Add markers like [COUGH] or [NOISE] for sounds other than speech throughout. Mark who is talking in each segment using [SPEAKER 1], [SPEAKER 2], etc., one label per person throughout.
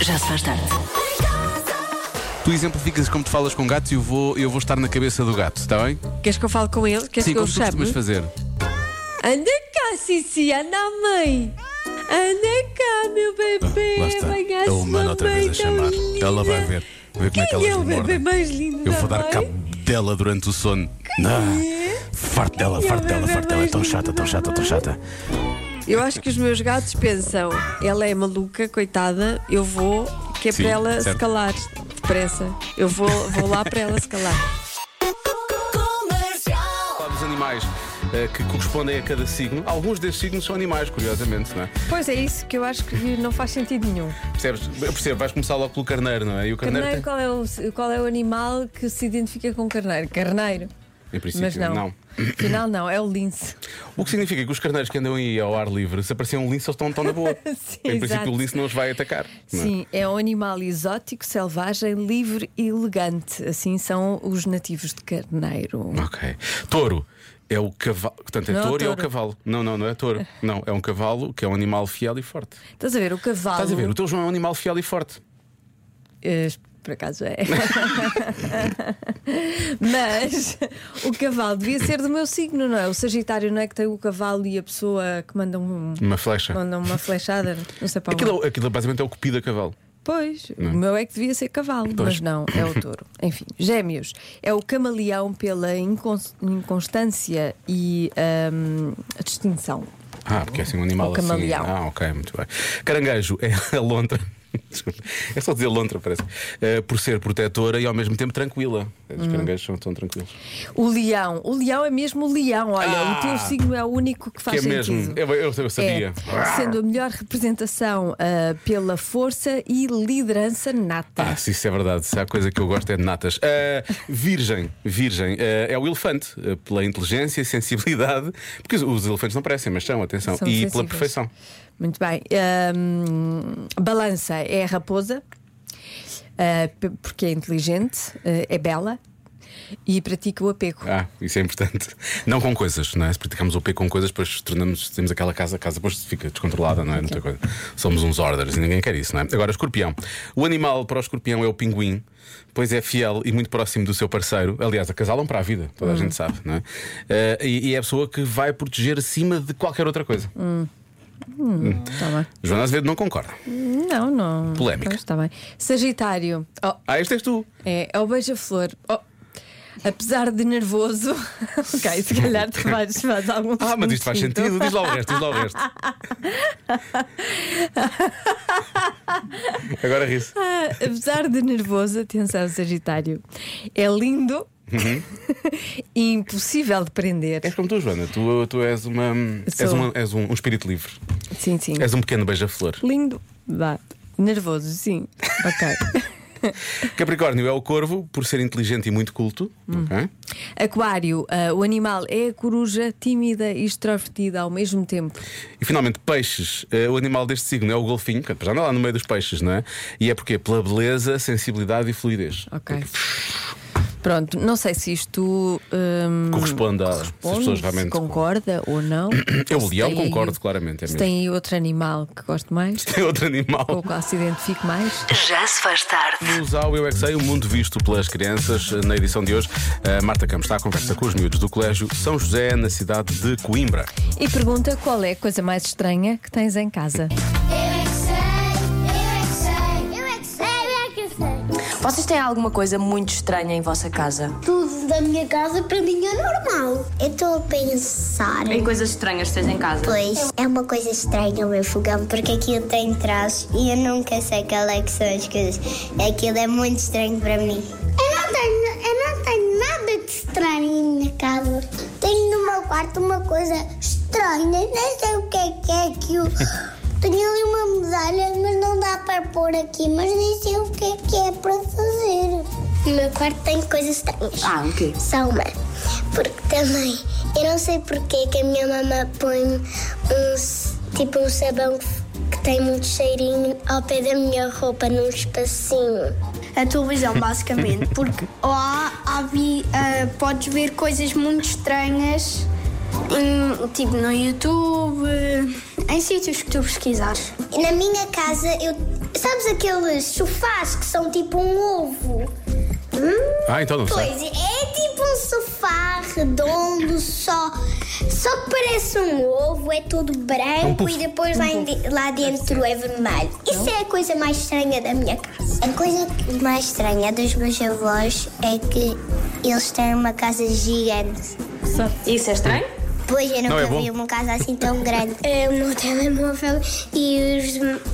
[SPEAKER 1] Já se faz tarde.
[SPEAKER 2] Tu exemplificas como tu falas com gatos e eu vou, eu vou estar na cabeça do gato, está bem?
[SPEAKER 3] Queres que eu fale com ele? Queres
[SPEAKER 2] Sim,
[SPEAKER 3] que eu
[SPEAKER 2] como
[SPEAKER 3] o
[SPEAKER 2] tu
[SPEAKER 3] chame?
[SPEAKER 2] costumas fazer.
[SPEAKER 3] Anda cá, Cici, anda à mãe. Anda cá, meu bebê.
[SPEAKER 2] Lá está.
[SPEAKER 3] Venha à
[SPEAKER 2] A
[SPEAKER 3] sua
[SPEAKER 2] humana outra vez
[SPEAKER 3] mãe
[SPEAKER 2] a chamar.
[SPEAKER 3] tão linda.
[SPEAKER 2] Ela vai ver. Ver como é que
[SPEAKER 3] Quem
[SPEAKER 2] elas
[SPEAKER 3] é o
[SPEAKER 2] me
[SPEAKER 3] bebê
[SPEAKER 2] mordem.
[SPEAKER 3] mais lindo
[SPEAKER 2] Eu
[SPEAKER 3] da
[SPEAKER 2] vou dar
[SPEAKER 3] mãe? é?
[SPEAKER 2] cabo dela durante o sono. Não. Farto dela, farto dela, farto dela. É tão chata, tão chata, tão chata.
[SPEAKER 3] Eu acho que os meus gatos pensam, ela é maluca, coitada, eu vou, que é
[SPEAKER 2] Sim,
[SPEAKER 3] para ela
[SPEAKER 2] certo.
[SPEAKER 3] se calar depressa. Eu vou, vou lá para ela se calar.
[SPEAKER 2] Falar dos animais eh, que correspondem a cada signo. Alguns desses signos são animais, curiosamente, não é?
[SPEAKER 4] Pois é isso que eu acho que não faz sentido nenhum.
[SPEAKER 2] Percebes? Eu percebo, vais começar logo pelo carneiro, não é? E o carneiro,
[SPEAKER 4] Carneiro, qual é, o, qual é o animal que se identifica com carneiro? Carneiro.
[SPEAKER 2] tem. Em princípio,
[SPEAKER 4] Mas não. Afinal, não, é o lince.
[SPEAKER 2] O que significa que os carneiros que andam aí ao ar livre, se aparecer um lince, eles estão, estão na boa.
[SPEAKER 4] [LAUGHS] Sim,
[SPEAKER 2] em princípio,
[SPEAKER 4] exato.
[SPEAKER 2] o lince não os vai atacar. não é?
[SPEAKER 4] Sim, é um animal exótico, selvagem, livre e elegante. Assim são os nativos de carneiro.
[SPEAKER 2] Ok. Touro é o cavalo. Portanto, é
[SPEAKER 4] Não é o
[SPEAKER 2] touro e é o
[SPEAKER 4] touro.
[SPEAKER 2] cavalo. Não, não, não é touro. Não, é um cavalo que é um animal fiel e forte.
[SPEAKER 4] Estás a ver, o cavalo.
[SPEAKER 2] Estás a ver? O teu João é um animal fiel e forte.
[SPEAKER 4] Eh, por acaso é. [LAUGHS] Mas o cavalo devia ser do meu signo, não é? O Sagitário não é que tem o cavalo e a pessoa que manda, um,
[SPEAKER 2] Uma flecha.
[SPEAKER 4] manda uma flechada, não sei para onde.
[SPEAKER 2] Aquilo, aquilo basicamente é o cupido a cavalo.
[SPEAKER 4] Pois, o meu é que devia ser cavalo, mas não,
[SPEAKER 2] [LAUGHS]
[SPEAKER 4] é o touro. Enfim, gêmeos. É o camaleão pela incons- inconstância e hum, a distinção.
[SPEAKER 2] Ah, porque é assim um animal
[SPEAKER 4] O
[SPEAKER 2] assim.
[SPEAKER 4] camaleão.
[SPEAKER 2] Ah, ok, muito bem. Caranguejo é a lontra. [LAUGHS] Desculpa. É só dizer lontra, parece. Eh, por ser protetora e ao mesmo tempo tranquila. Os
[SPEAKER 4] Uhum.
[SPEAKER 2] caranguejos são tão tranquilos.
[SPEAKER 4] O leão. O leão é mesmo o leão. Olha,
[SPEAKER 2] Ah!
[SPEAKER 4] o teu signo é o único que
[SPEAKER 2] Que
[SPEAKER 4] faz
[SPEAKER 2] é mesmo.
[SPEAKER 4] sentido.
[SPEAKER 2] Eu, eu- eu sabia.
[SPEAKER 4] É, sendo a melhor representação ah, pela força e liderança nata.
[SPEAKER 2] Ah, se isso é verdade, se há coisa que eu gosto é de natas. Ah, virgem, virgem, ah, é o elefante, ah, pela inteligência e sensibilidade, porque os- os elefantes não parecem, mas são, atenção,
[SPEAKER 4] São
[SPEAKER 2] e pela
[SPEAKER 4] sensíveis.
[SPEAKER 2] perfeição.
[SPEAKER 4] Muito bem. Ahm, balança é a raposa, ah, p- porque é inteligente, ah, é bela e pratica o apego.
[SPEAKER 2] Ah, isso é importante. Não com coisas, não é? Se praticamos o P com coisas, depois tornamos, temos aquela casa, a casa depois fica descontrolada, não é? Muita coisa. Somos uns orders e ninguém quer isso, não é? Agora, escorpião. O animal para o escorpião é o pinguim, pois é fiel e muito próximo do seu parceiro. Aliás, acasalam para a vida, toda a gente sabe, não é? Ah, e, e é a pessoa que vai proteger acima de qualquer outra coisa.
[SPEAKER 4] Está bem.
[SPEAKER 2] Joana Azevedo não concorda.
[SPEAKER 4] Não, não.
[SPEAKER 2] Ah. Polémica.
[SPEAKER 4] Pois, Está bem. Sagitário. Oh,
[SPEAKER 2] Ah, este és tu.
[SPEAKER 4] É, é o beija-flor. Oh, apesar de nervoso. [LAUGHS] ok, se calhar tu fazes, faz algum
[SPEAKER 2] Ah, mas isto faz sentido. Diz lá o resto, diz lá o resto. Agora ri-se.
[SPEAKER 4] Ah, apesar de nervoso, atenção, Sagitário. É lindo
[SPEAKER 2] Uhum.
[SPEAKER 4] [LAUGHS] e impossível de prender.
[SPEAKER 2] És como tu, Joana. Tu, tu és, uma, és,
[SPEAKER 4] Sou.
[SPEAKER 2] uma, és um, um espírito livre.
[SPEAKER 4] Sim, sim.
[SPEAKER 2] És um pequeno beija-flor.
[SPEAKER 4] Lindo. Vá. Nervoso, sim. Ok.
[SPEAKER 2] Capricórnio é o corvo, por ser inteligente e muito culto. ok?
[SPEAKER 4] [LAUGHS] Aquário, ah, o animal é a coruja tímida e extrovertida ao mesmo tempo.
[SPEAKER 2] E finalmente, peixes. Eh, o animal deste signo é o golfinho, que já anda lá no meio dos peixes, não é? E é porque Pela beleza, sensibilidade e fluidez.
[SPEAKER 4] Ok. Pronto, não sei se isto hum,
[SPEAKER 2] Corresponde a. se as
[SPEAKER 4] corresponde,
[SPEAKER 2] pessoas
[SPEAKER 4] se
[SPEAKER 2] realmente.
[SPEAKER 4] concorda
[SPEAKER 2] [COUGHS]
[SPEAKER 4] ou não.
[SPEAKER 2] Eu,
[SPEAKER 4] Se
[SPEAKER 2] o leão,
[SPEAKER 4] tem aí-
[SPEAKER 2] concordo claramente. É
[SPEAKER 4] Se
[SPEAKER 2] mesmo. [LAUGHS]
[SPEAKER 4] tem aí outro animal que gosto mais,
[SPEAKER 2] Tem outro animal.
[SPEAKER 4] ou com o qual se identifico mais.
[SPEAKER 1] Já se faz tarde.
[SPEAKER 2] Vamos ao Eu é Que Sei, o mundo visto pelas crianças. eh, Na edição de hoje, a Marta Campos está à conversa com os miúdos do Colégio São José, na cidade de Coimbra.
[SPEAKER 4] E pergunta qual é a coisa mais estranha que tens
[SPEAKER 2] [LAUGHS]
[SPEAKER 4] em casa.
[SPEAKER 5] Eu é que sei, eu é que sei, eu é que sei, eu é que sei.
[SPEAKER 6] Vocês têm alguma coisa muito estranha em vossa casa?
[SPEAKER 5] Tudo da minha casa para mim é normal. Eu estou a pensar.
[SPEAKER 6] Tem coisas estranhas que tens em casa?
[SPEAKER 5] Pois é uma coisa estranha o meu fogão, porque aquilo tem traços e eu nunca sei qual é que são as coisas. Aquilo é muito estranho para mim. Eu não tenho, eu não tenho nada de estranho na minha casa. Tenho no meu quarto uma coisa estranha, nem sei o que é que é
[SPEAKER 6] [LAUGHS]
[SPEAKER 5] aquilo. Tenho ali uma medalha, mas não dá para pôr aqui, mas nem sei o que é que é para fazer. No meu quarto tem coisas estranhas.
[SPEAKER 6] Ah, o quê?
[SPEAKER 5] Só uma. Porque também, eu não sei porque que a minha mamã põe um, s- tipo um sabão que f- que tem muito cheirinho ao pé da minha roupa num espacinho.
[SPEAKER 7] a televisão, basicamente, porque lá há vi- ah, podes ver coisas muito estranhas, em- tipo no YouTube, em sítios que tu pesquisares.
[SPEAKER 5] Na minha casa eu Sabes aqueles sofás que são tipo um ovo? Hum?
[SPEAKER 2] Ah, então não sei.
[SPEAKER 5] Pois, é tipo um sofá redondo, só, só que parece um ovo, é todo branco
[SPEAKER 2] puff.
[SPEAKER 5] e depois lá, em de- lá dentro é vermelho. Isso é a coisa mais estranha da minha casa. A coisa mais estranha dos meus avós é que eles têm uma casa gigante.
[SPEAKER 6] Isso é estranho?
[SPEAKER 5] Pois, eu
[SPEAKER 2] Não,
[SPEAKER 5] nunca
[SPEAKER 2] é bom.
[SPEAKER 5] vi uma casa assim tão grande. o meu telemóvel e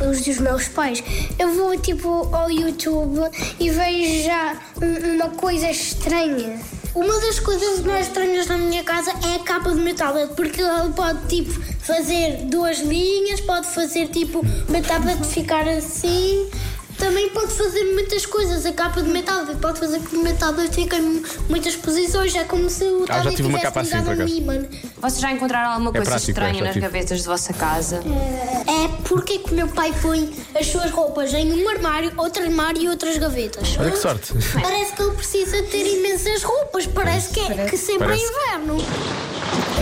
[SPEAKER 5] os, os dos meus pais. Eu vou tipo ao YouTube e vejo já um, uma coisa estranha. Uma das coisas mais estranhas na minha casa é a capa do meu tablet, porque ele pode tipo fazer duas linhas, pode fazer tipo uma tablet ficar assim. Também pode fazer muitas coisas, a capa de metal pode fazer com que o metal fique em muitas posições, é como se o
[SPEAKER 2] Ah, já
[SPEAKER 5] tablet
[SPEAKER 2] tive uma
[SPEAKER 5] tivesse
[SPEAKER 2] capa assim,
[SPEAKER 5] ligado
[SPEAKER 2] por
[SPEAKER 5] a um
[SPEAKER 2] acaso.
[SPEAKER 5] ímã.
[SPEAKER 6] Vocês já encontraram alguma coisa
[SPEAKER 2] prático, é,
[SPEAKER 6] estranha
[SPEAKER 2] já
[SPEAKER 6] nas
[SPEAKER 2] tive.
[SPEAKER 6] gavetas de vossa casa?
[SPEAKER 5] É porque que o meu pai põe as suas roupas em um armário, outro armário e outras gavetas.
[SPEAKER 2] Olha que sorte. [LAUGHS]
[SPEAKER 5] Parece que ele precisa ter imensas roupas, parece que, é, que sempre
[SPEAKER 2] Parece.
[SPEAKER 5] é inverno.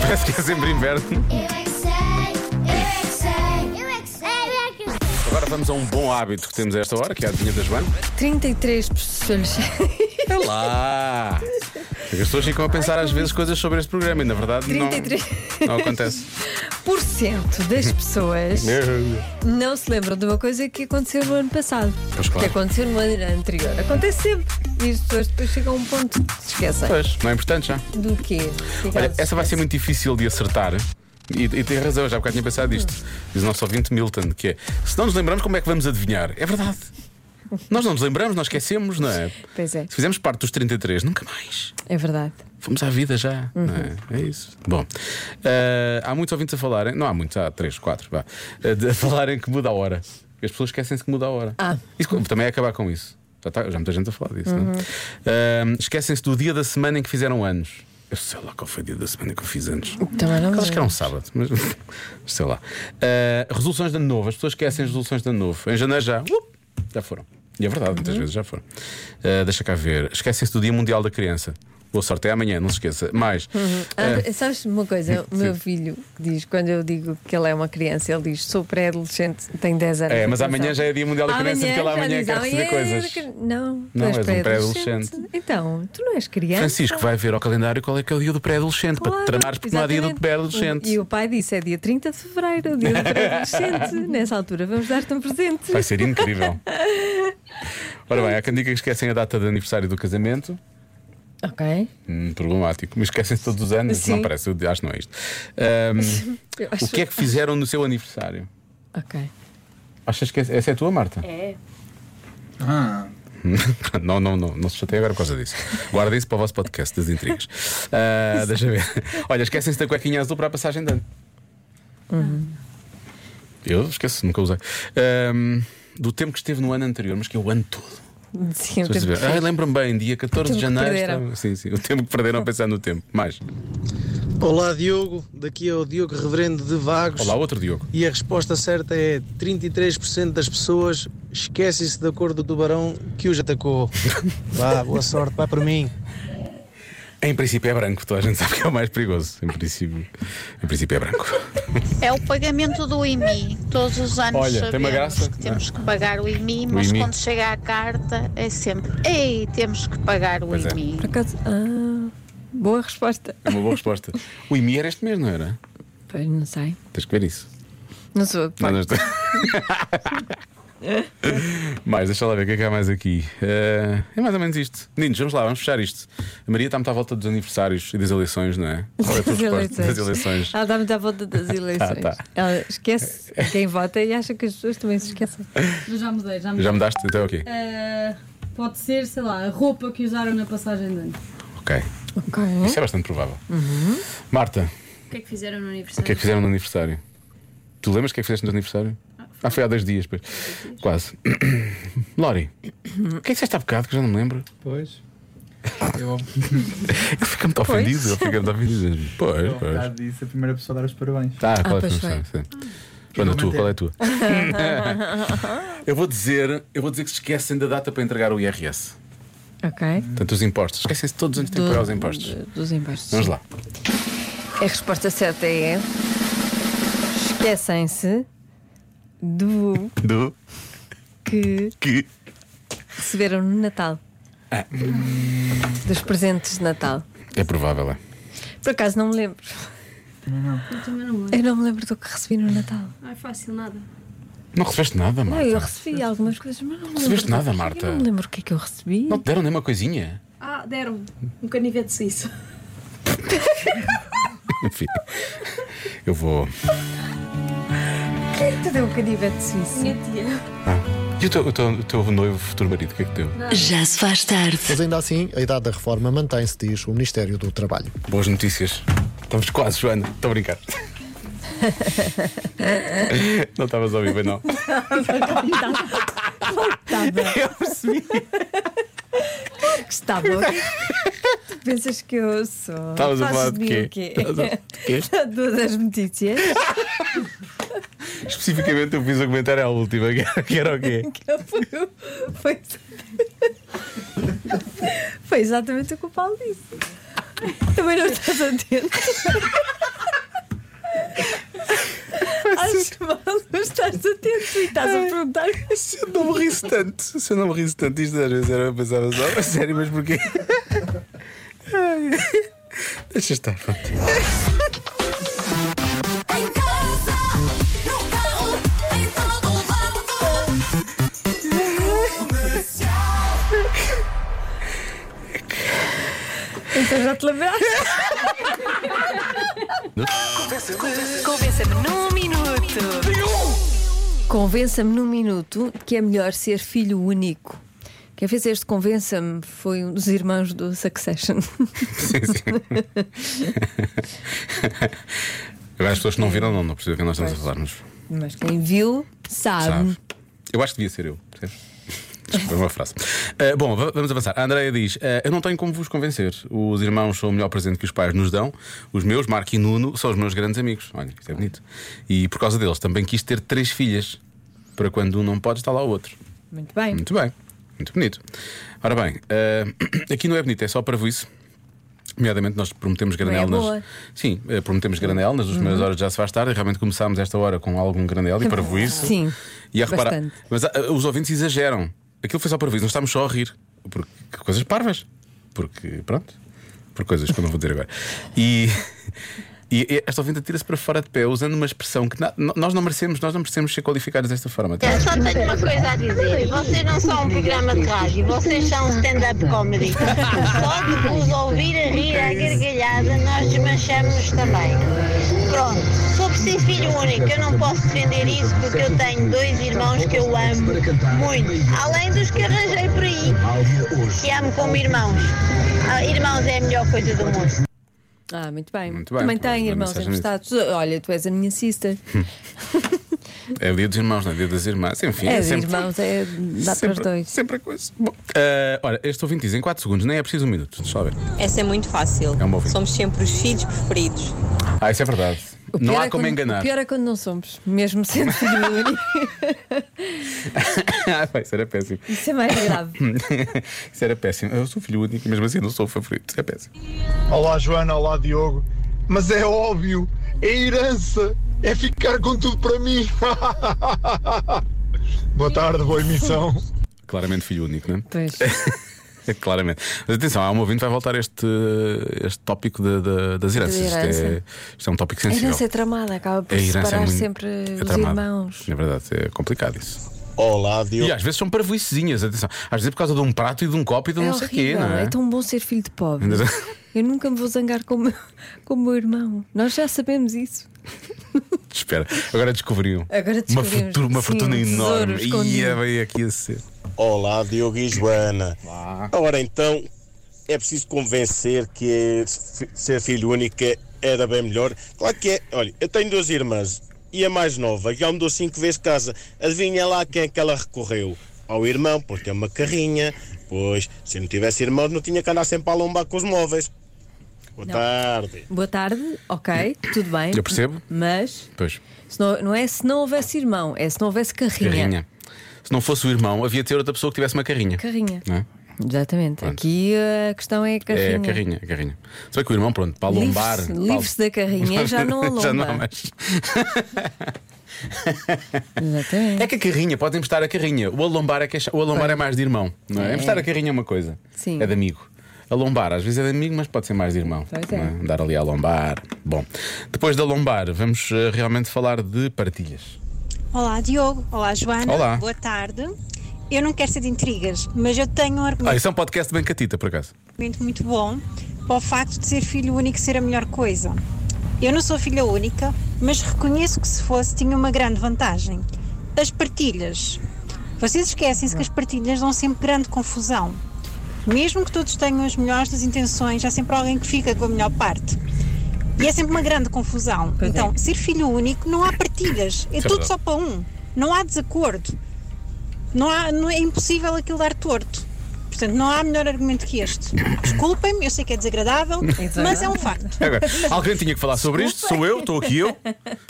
[SPEAKER 2] Parece que é sempre inverno.
[SPEAKER 5] Eu é que sei, eu é que sei, eu é que sei, eu é que sei.
[SPEAKER 2] Agora vamos a um bom hábito que temos a esta hora, que é a adivinha da Joana.
[SPEAKER 4] 33
[SPEAKER 2] [LAUGHS]
[SPEAKER 4] pessoas.
[SPEAKER 2] Lá! É As pessoas ficam a pensar às vezes coisas sobre este programa e na verdade não-
[SPEAKER 4] 33.
[SPEAKER 2] não acontece.
[SPEAKER 4] 33% das
[SPEAKER 2] É
[SPEAKER 4] pessoas não se lembram de uma coisa que aconteceu no ano passado.
[SPEAKER 2] Pois claro.
[SPEAKER 4] Que é aconteceu no ano anterior. Acontece sempre. E as pessoas depois chegam a um ponto que se esquecem.
[SPEAKER 2] Pois, não é importante já.
[SPEAKER 4] Do quê?
[SPEAKER 2] Olha, essa vai ser muito difícil de acertar. E, e tem razão, já há bocado tinha pensado isto. Diz o nosso ouvinte Milton, que é: se não nos lembramos, como é que vamos adivinhar? É verdade. Nós não nos lembramos, nós esquecemos, não é?
[SPEAKER 4] Pois é.
[SPEAKER 2] Se fizermos parte dos 33, nunca mais.
[SPEAKER 4] É verdade.
[SPEAKER 2] Fomos à vida já, não é?
[SPEAKER 4] Uhum.
[SPEAKER 2] É isso. Bom, eh, há muitos ouvintes a falarem, não há muitos, há três, quatro, vá, eh, de- a falarem que muda a hora. As pessoas esquecem-se que muda a hora.
[SPEAKER 4] Ah.
[SPEAKER 2] Isso co- também é acabar com isso. Já, tá, já há muita gente a falar disso,
[SPEAKER 4] Uhum.
[SPEAKER 2] não é? Eh, esquecem-se do dia da semana em que fizeram anos. Eu sei lá qual foi o dia da semana que eu fiz anos.
[SPEAKER 4] Também não me
[SPEAKER 2] Acho que era
[SPEAKER 4] lembro.
[SPEAKER 2] um sábado, mas [LAUGHS] sei lá. Eh, resoluções de ano novo, as pessoas esquecem as resoluções de ano novo. Em janeiro já, uh, já foram. E é verdade,
[SPEAKER 4] Uhum.
[SPEAKER 2] muitas vezes já foram. Eh, deixa cá ver. Esquecem-se do Dia Mundial da Criança. Boa sorte, é amanhã, não se esqueça. Mais. É. Eh,
[SPEAKER 4] Ah, sabes uma
[SPEAKER 2] [LAUGHS]
[SPEAKER 4] coisa? O meu filho diz, quando eu digo que ele é uma criança, ele diz: sou pré-adolescente, tenho 10 anos.
[SPEAKER 2] É, mas
[SPEAKER 4] Ah, Atenção.
[SPEAKER 2] amanhã já é Dia Mundial da Criança, porque ela
[SPEAKER 4] já
[SPEAKER 2] amanhã
[SPEAKER 4] diz,
[SPEAKER 2] quer receber
[SPEAKER 4] amanhã é
[SPEAKER 2] coisas.
[SPEAKER 4] dia da cri- Não,
[SPEAKER 2] Não,
[SPEAKER 4] não
[SPEAKER 2] és um
[SPEAKER 4] és
[SPEAKER 2] pré-adolescente.
[SPEAKER 4] pré-adolescente. Então, tu não és criança.
[SPEAKER 2] Francisco vai ver ao calendário qual é que é o dia do pré-adolescente, para te
[SPEAKER 4] Claro,
[SPEAKER 2] tramares porque não há dia do
[SPEAKER 4] exatamente.
[SPEAKER 2] pré-adolescente.
[SPEAKER 4] E o pai disse: é dia 30 de fevereiro, dia do pré-adolescente.
[SPEAKER 2] [LAUGHS]
[SPEAKER 4] Nessa altura, vamos dar-te um presente.
[SPEAKER 2] Vai ser
[SPEAKER 4] [LAUGHS]
[SPEAKER 2] incrível. Ora bem, há quem diga que esquecem a data de aniversário do casamento.
[SPEAKER 4] Ok.
[SPEAKER 2] Hum, problemático. Mas esquecem-se todos os anos.
[SPEAKER 4] Sim.
[SPEAKER 2] Não parece, eu acho que não é
[SPEAKER 4] [LAUGHS]
[SPEAKER 2] isto. Ahm,
[SPEAKER 4] Eu
[SPEAKER 2] o que é que fizeram no seu aniversário?
[SPEAKER 4] Ok.
[SPEAKER 2] Achas que essa é a tua, Marta? É. Ah. [LAUGHS] não, não, não, não se chateia agora por causa disso. Guarda isso para o vosso podcast das
[SPEAKER 4] [LAUGHS]
[SPEAKER 2] intrigas. Ah, deixa ver. Olha, esquecem-se da cuequinha azul para a passagem de ano.
[SPEAKER 4] Uhum.
[SPEAKER 2] Eu esqueço, nunca usei. Ahm, do tempo que esteve no ano anterior, mas que é o ano todo. Estás
[SPEAKER 4] Sim,
[SPEAKER 2] a
[SPEAKER 4] temos-
[SPEAKER 2] perceber? Ah, lembro-me bem, dia 14 de
[SPEAKER 4] O tempo que
[SPEAKER 2] janeiro.
[SPEAKER 4] perderam.
[SPEAKER 2] estava- Sim, sim, o tempo que perderam a pensar no tempo. Mais.
[SPEAKER 1] Olá Diogo, daqui é o Diogo Reverendo de Vagos
[SPEAKER 2] Olá, outro Diogo.
[SPEAKER 1] e a resposta certa é 33% das pessoas esquecem-se da cor do tubarão que os
[SPEAKER 8] [LAUGHS]
[SPEAKER 1] atacou. Vá, boa sorte, vai para mim.
[SPEAKER 2] Em princípio é branco, toda a gente [LAUGHS] sabe que é o mais perigoso. Em princípio, em princípio é branco.
[SPEAKER 9] É o pagamento do IMI. Todos os anos
[SPEAKER 2] Olha, tem
[SPEAKER 9] sabemos
[SPEAKER 2] uma graça, é?
[SPEAKER 9] que temos que pagar o IMI, mas
[SPEAKER 2] IMI.
[SPEAKER 9] quando chega a carta é sempre Ei, temos que pagar o
[SPEAKER 2] Pois é.
[SPEAKER 9] IMI.
[SPEAKER 4] Por acaso. Ah, boa resposta.
[SPEAKER 2] É uma boa resposta. O IMI era este mês, não era?
[SPEAKER 4] Pois não sei.
[SPEAKER 2] Tens que ver isso.
[SPEAKER 4] Não sou.
[SPEAKER 2] Não, não [LAUGHS] estou- mais, deixa lá ver o que é que há mais aqui. Eh, é mais ou menos isto. Meninos, vamos lá, vamos fechar isto. A Maria está muito à volta dos aniversários e das eleições, não é? Qual é a tua resposta das eleições?
[SPEAKER 4] Ela dá muito à volta das eleições.
[SPEAKER 2] [LAUGHS] Tá, tá.
[SPEAKER 4] Ela
[SPEAKER 2] [LAUGHS]
[SPEAKER 4] esquece quem vota e acha que as pessoas também se esquecem.
[SPEAKER 10] Eu já mudei, já mudei.
[SPEAKER 2] Já mudaste? Então é o quê?
[SPEAKER 10] Ah, pode ser, sei lá, a roupa que usaram na passagem de ano.
[SPEAKER 2] Ok.
[SPEAKER 4] Ok.
[SPEAKER 2] Isso é bastante provável. Uhum. Marta,
[SPEAKER 10] O que é que fizeram no
[SPEAKER 2] o que é
[SPEAKER 10] aniversário?
[SPEAKER 2] que fizeram no aniversário? Tu lembras o que é que fizeste no aniversário? Ah, foi há dois dias, pois. Quase. [COUGHS] Lori, o que é que disseste há bocado que eu já não me lembro?
[SPEAKER 11] Pois. Eu
[SPEAKER 2] Ele fica muito ofendido, ele fica muito ofendido. Pois,
[SPEAKER 11] ao
[SPEAKER 2] pois.
[SPEAKER 11] bocado disse a primeira pessoa a dar os parabéns.
[SPEAKER 2] Tá, qual é a
[SPEAKER 4] Ah, pois
[SPEAKER 2] tua
[SPEAKER 4] foi.
[SPEAKER 2] versão? Sim. Joana, a tua, qual é a
[SPEAKER 4] [LAUGHS]
[SPEAKER 2] tua? eu vou dizer, eu vou dizer que se esquecem da data para entregar o IRS. é
[SPEAKER 4] Ok.
[SPEAKER 2] Portanto, os impostos. Esquecem-se todos antes de
[SPEAKER 4] Do-
[SPEAKER 2] pagar um os impostos.
[SPEAKER 4] do- Dos impostos.
[SPEAKER 2] Vamos lá.
[SPEAKER 4] A resposta certa é. Esquecem-se do
[SPEAKER 2] Do
[SPEAKER 4] que
[SPEAKER 2] Que.
[SPEAKER 4] receberam no Natal.
[SPEAKER 2] Ah.
[SPEAKER 4] Dos presentes de Natal.
[SPEAKER 2] É provável, é.
[SPEAKER 4] Por acaso não me lembro.
[SPEAKER 10] Eu também não me lembro.
[SPEAKER 4] Eu não me lembro do que recebi no Natal.
[SPEAKER 10] Não é fácil nada.
[SPEAKER 2] Não recebeste nada,
[SPEAKER 4] Não, eu
[SPEAKER 2] Marta.
[SPEAKER 4] recebi algumas coisas, mas não me lembro.
[SPEAKER 2] Recebeste
[SPEAKER 4] do-
[SPEAKER 2] nada,
[SPEAKER 4] Eu
[SPEAKER 2] Marta.
[SPEAKER 4] não me lembro o que é que eu recebi.
[SPEAKER 2] Não te deram nem uma coisinha. [LAUGHS]
[SPEAKER 10] Ah, deram um canivete suíço.
[SPEAKER 2] Enfim. Eu vou.
[SPEAKER 4] Quem te deu o canivete suíço?
[SPEAKER 10] Minha tia.
[SPEAKER 2] Ah. E o teu, o teu- o teu noivo, futuro marido, o que é que deu?
[SPEAKER 12] Já se faz tarde.
[SPEAKER 8] Mas ainda assim, a idade da reforma mantém-se, diz o Ministério do Trabalho.
[SPEAKER 2] Boas notícias. Estamos quase, Joana. Estou a [LAUGHS] brincar. não estavas a ouvir bem, não.
[SPEAKER 4] Eu percebi. Claro que estava. Tu pensas que eu sou.
[SPEAKER 2] Estavas a
[SPEAKER 4] Fazes
[SPEAKER 2] falar de
[SPEAKER 4] mim
[SPEAKER 2] quê?
[SPEAKER 4] o quê?
[SPEAKER 2] Estavas a falar de
[SPEAKER 4] [LAUGHS] Das notícias.
[SPEAKER 2] Especificamente, eu fiz o comentário à última, que era- que era o quê?
[SPEAKER 4] [LAUGHS] Foi, o- foi, foi exatamente o que o Paulo disse. Também não estás atento. Acho mal, não estás atento e estás a perguntar.
[SPEAKER 2] Se eu não me risse tanto, se eu não me risse tanto, isto às vezes era eu pensava só, "A sério, mas porquê? Ai. Deixa estar, pronto.
[SPEAKER 4] Então já te lembraste?
[SPEAKER 12] Convença-me num minuto.
[SPEAKER 4] Convença-me num minuto que é melhor ser filho único. Quem fez este convença-me foi um dos irmãos do Succession.
[SPEAKER 2] Sim, [LAUGHS] sim. Agora as pessoas que não viram, não, não percebem o que nós estamos a falar, mas
[SPEAKER 4] Mas quem viu sabe.
[SPEAKER 2] Sabe. eu acho que devia ser eu, percebes? Acho que Foi uma frase. [LAUGHS] Ah, bom, va- vamos avançar. A Andrea diz: ah, Eu não tenho como vos convencer. Os irmãos são o melhor presente que os pais nos dão. Os meus, Marco e Nuno, são os meus grandes amigos. Olha, isso é bonito. E por causa deles também quis ter três filhas. Para quando um não pode, está lá o outro.
[SPEAKER 4] Muito bem.
[SPEAKER 2] Muito bem, muito bonito. Ora bem, ah, [CLEARS THROAT] aqui não é bonito, é só para isso. Nomeadamente, nós prometemos
[SPEAKER 4] Não é
[SPEAKER 2] granel nas.
[SPEAKER 4] boa. Uhum.
[SPEAKER 2] Sim, eh, prometemos granel nas duas primeiras horas já se faz tarde. e Realmente começámos esta hora com algum granel e para isso.
[SPEAKER 4] Sim,
[SPEAKER 2] E a reparar.
[SPEAKER 4] bastante.
[SPEAKER 2] Mas ah, os ouvintes exageram. Aquilo foi só para isso, nós estávamos só a rir. Porque que coisas parvas. Porque, pronto. Por coisas que eu não vou dizer agora. E. [LAUGHS] E esta ouvinte tira-se para fora de pé usando uma expressão que na- no- nós não merecemos, nós não merecemos ser qualificados desta forma. tá?
[SPEAKER 4] É.
[SPEAKER 13] Eu só tenho uma coisa a dizer. Vocês não são um programa de rádio, vocês são um stand-up comedy. Só de vos ouvir a rir à gargalhada, nós desmanchamos também. Pronto, sobre ser filho único, eu não posso defender isso porque eu tenho dois irmãos que eu amo muito. Além dos que arranjei por aí, que amo como irmãos. Ah, Irmãos é a melhor coisa do mundo.
[SPEAKER 4] Ah, muito bem.
[SPEAKER 2] bem,
[SPEAKER 4] Também
[SPEAKER 2] pelo menos
[SPEAKER 4] tem
[SPEAKER 2] uma
[SPEAKER 4] irmãos
[SPEAKER 2] mensagem
[SPEAKER 4] emprestados. Olha, tu és a
[SPEAKER 2] [LAUGHS]
[SPEAKER 4] minha sister.
[SPEAKER 2] É o dia dos irmãos, não é? Dia das irmãs, enfim.
[SPEAKER 4] é,
[SPEAKER 2] é
[SPEAKER 4] de
[SPEAKER 2] sempre-
[SPEAKER 4] irmãos,
[SPEAKER 2] [LAUGHS]
[SPEAKER 4] é, dá para os
[SPEAKER 2] sempre-
[SPEAKER 4] dois.
[SPEAKER 2] Sempre a coisa. Bom, ah, ora, este ouvinte diz em 4 segundos, nem é preciso um minuto, deixa eu ver.
[SPEAKER 14] Essa é muito fácil.
[SPEAKER 2] É um bom filho.
[SPEAKER 14] Somos sempre os filhos preferidos.
[SPEAKER 2] Ah, isso é verdade. Não há como enganar.
[SPEAKER 4] O pior é quando não somos, mesmo sendo filho único.
[SPEAKER 2] [LAUGHS] ah, vai, isso era péssimo.
[SPEAKER 4] Isso é mais grave.
[SPEAKER 2] isso era péssimo. Eu sou filho único, mesmo assim não sou o favorito. Isso é péssimo.
[SPEAKER 15] Olá Joana, olá Diogo. Mas é óbvio, é herança, é ficar com tudo para mim. [LAUGHS] boa tarde, boa emissão.
[SPEAKER 2] Claramente filho único, [LAUGHS] não é?
[SPEAKER 4] Pois.
[SPEAKER 2] Claramente. Mas atenção, há um ouvinte que vai voltar a este, este tópico da- da- das heranças.
[SPEAKER 4] Da
[SPEAKER 2] Isto é- Isto, é,
[SPEAKER 4] herança.
[SPEAKER 2] um tópico
[SPEAKER 4] A
[SPEAKER 2] sensível.
[SPEAKER 4] herança é tramada, acaba por
[SPEAKER 2] A herança é
[SPEAKER 4] separar
[SPEAKER 2] muito-
[SPEAKER 4] sempre
[SPEAKER 2] é
[SPEAKER 4] os
[SPEAKER 2] tramada.
[SPEAKER 4] irmãos.
[SPEAKER 2] Na verdade, é complicado isso. Olá, Diogo. E às vezes são parvoicezinhas, atenção. Às vezes por causa de um prato e de um copo e de um
[SPEAKER 4] é
[SPEAKER 2] não sei o quê,
[SPEAKER 4] horrível,
[SPEAKER 2] não é?
[SPEAKER 4] é tão bom ser filho de pobre. Eu nunca me vou zangar com o meu, com o meu irmão. Nós já sabemos isso.
[SPEAKER 2] Espera, agora descobriam.
[SPEAKER 4] Agora
[SPEAKER 2] uma
[SPEAKER 4] descobrimos.
[SPEAKER 2] fortuna, uma
[SPEAKER 4] Sim,
[SPEAKER 2] fortuna
[SPEAKER 4] um tesouro
[SPEAKER 2] enorme. Ia
[SPEAKER 4] escondido.
[SPEAKER 2] bem aqui a ser.
[SPEAKER 16] Olá, Diogo e Joana. Ora então, é preciso convencer que fi- ser filho único é, era bem melhor. Claro que é. Olha, eu tenho duas irmãs e a mais nova já mudou cinco vezes de casa. Adivinha lá quem é que ela recorreu? Ao irmão, porque é uma carrinha. Pois, se não tivesse irmãos, não tinha que andar sempre a lombar com os móveis. Boa
[SPEAKER 4] Não.
[SPEAKER 16] tarde.
[SPEAKER 4] Boa tarde, ok, tudo bem.
[SPEAKER 16] Eu percebo.
[SPEAKER 4] Mas
[SPEAKER 2] Pois.
[SPEAKER 4] se não, não é se não houvesse irmão, é se não houvesse carrinha.
[SPEAKER 2] Carrinha. Se não fosse o irmão, havia de ter outra pessoa que tivesse uma carrinha.
[SPEAKER 4] Carrinha.
[SPEAKER 2] Não é?
[SPEAKER 4] Exatamente. Aqui uh, a questão é a carrinha.
[SPEAKER 2] É, carrinha, carrinha. Se bem que o irmão, pronto, para
[SPEAKER 4] Livre-se-
[SPEAKER 2] lombar. [LAUGHS]
[SPEAKER 4] livre-se da carrinha, já não a
[SPEAKER 2] Já não há
[SPEAKER 4] lomba.
[SPEAKER 2] mais. É que a carrinha, podem emprestar a carrinha. O alombar é, que é, cha- o alombar é mais de irmão. Não é?
[SPEAKER 4] É.
[SPEAKER 2] Emprestar a carrinha é uma coisa.
[SPEAKER 4] Sim.
[SPEAKER 2] É de amigo. A lombar, às vezes é de amigo, mas pode ser mais de irmão.
[SPEAKER 4] Pois é.
[SPEAKER 2] não Andar ali a lombar. Bom, depois da lombar, vamos eh, realmente falar de partilhas.
[SPEAKER 17] Olá, Diogo. Olá, Joana.
[SPEAKER 2] Olá.
[SPEAKER 17] Boa tarde. Eu não quero ser de intrigas, mas eu tenho um
[SPEAKER 2] Ah,
[SPEAKER 17] argumento
[SPEAKER 2] isso é um podcast bem catita, por acaso.
[SPEAKER 17] muito bom para o facto de ser filho único ser a melhor coisa. Eu não sou filha única, mas reconheço que se fosse tinha uma grande vantagem. As partilhas. Vocês esquecem-se que as partilhas dão sempre grande confusão. Mesmo que todos tenham as melhores das intenções, há sempre alguém que fica com a melhor parte. E é sempre uma grande confusão. então, ser filho único não há partilhas, é
[SPEAKER 18] Isso é
[SPEAKER 17] tudo
[SPEAKER 18] verdade.
[SPEAKER 17] só para um. Não há desacordo. Não há, não é impossível aquilo dar torto. Portanto, não há melhor argumento que este. Desculpem-me, eu sei que é desagradável, mas é um facto.
[SPEAKER 2] Agora, alguém tinha que falar sobre isto, sou eu, estou aqui eu.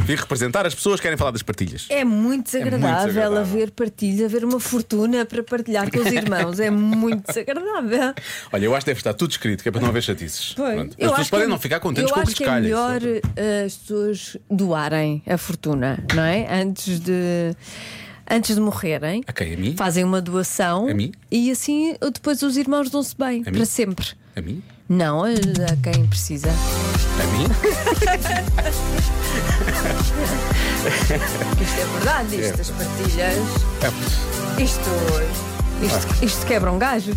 [SPEAKER 2] Vim representar as pessoas que querem falar das partilhas.
[SPEAKER 4] É muito desagradável,
[SPEAKER 2] desagradável.
[SPEAKER 4] haver partilha, haver uma fortuna para partilhar com os irmãos. É muito desagradável.
[SPEAKER 2] Olha, eu acho que deve estar tudo escrito, que é para não haver chatices.
[SPEAKER 4] Pois.
[SPEAKER 2] Pronto. As
[SPEAKER 4] Eu
[SPEAKER 2] pessoas
[SPEAKER 4] acho que
[SPEAKER 2] podem
[SPEAKER 4] é-
[SPEAKER 2] não ficar contentes
[SPEAKER 4] eu
[SPEAKER 2] com o
[SPEAKER 4] acho
[SPEAKER 2] que
[SPEAKER 4] que é
[SPEAKER 2] escalham.
[SPEAKER 4] melhor eh, as pessoas doarem a fortuna, não é? Antes de. Antes de morrerem,
[SPEAKER 2] A quem? A mim?
[SPEAKER 4] fazem uma doação
[SPEAKER 2] A mim?
[SPEAKER 4] e assim depois os irmãos dão-se bem
[SPEAKER 2] A mim?
[SPEAKER 4] para sempre.
[SPEAKER 2] A mim?
[SPEAKER 4] Não, a, a quem precisa.
[SPEAKER 2] A mim?
[SPEAKER 4] Isto é verdade, isto, as partilhas. Isto. Isto, isto quebra um gajo.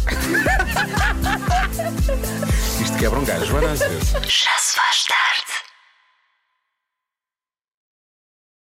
[SPEAKER 2] Isto quebra um gajo, Joana, às vezes.
[SPEAKER 12] Já se faz tarde.